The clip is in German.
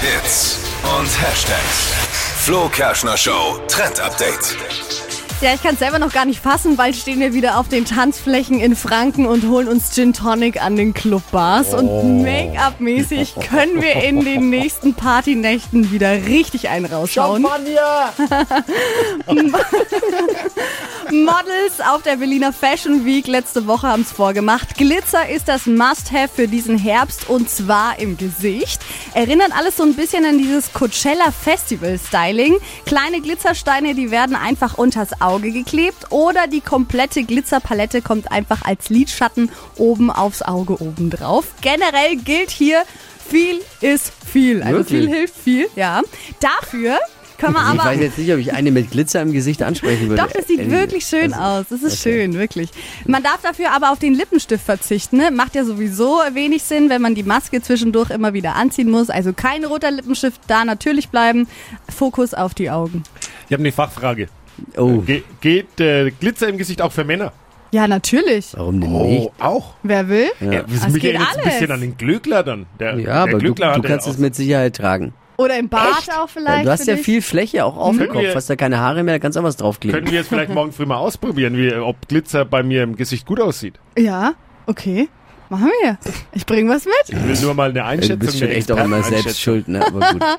Hits und Hashtags. Flo Kerschner Show Trend Update. Ja, ich kann es selber noch gar nicht fassen. Bald stehen wir wieder auf den Tanzflächen in Franken und holen uns Gin Tonic an den Clubbars. Und Make-up-mäßig können wir in den nächsten Partynächten wieder richtig einen rausschauen. Champagner! Models auf der Berliner Fashion Week letzte Woche haben es vorgemacht. Glitzer ist das Must-Have für diesen Herbst und zwar im Gesicht. Erinnert alles so ein bisschen an dieses Coachella Festival Styling. Kleine Glitzersteine, die werden einfach unters Auge geklebt oder die komplette Glitzerpalette kommt einfach als Lidschatten oben aufs Auge oben drauf. Generell gilt hier, viel ist viel. Also Wirklich? viel hilft viel, ja. Dafür können wir Also Ich aber weiß jetzt nicht, ob ich eine mit Glitzer im Gesicht ansprechen würde. Äh, doch, das sieht Ehrlich. Also, wirklich schön aus. Das ist schön, wirklich. Man darf dafür aber auf den Lippenstift verzichten. Ne? Macht ja sowieso wenig Sinn, wenn man die Maske zwischendurch immer wieder anziehen muss. Also kein roter Lippenstift, da natürlich bleiben. Fokus auf die Augen. Ich habe eine Fachfrage. Oh, Ge geht äh, Glitzer im Gesicht auch für Männer? Ja, natürlich. warum denn Oh, nicht? auch. Wer will? Ja. das Es mich geht erinnert ein alles. bisschen an den Glöckler dann. Ja, Der, der aber du, Glöckler du hatte kannst auch- es mit Sicherheit tragen. Oder im Bad auch vielleicht. du hast für ja dich. viel Fläche auch auf dem Können Kopf, wir- hast da keine Haare mehr, da kannst du auch was Können draufkleben. wir es vielleicht morgen früh mal ausprobieren, wie, ob Glitzer bei mir im Gesicht gut aussieht? Ja, okay. Machen wir. Ich bringe was mit. Ich will nur mal eine Äh, Du Einschätzung bist schon der echt auch Experten immer einschätzen. selbst schuld, ne? Aber gut.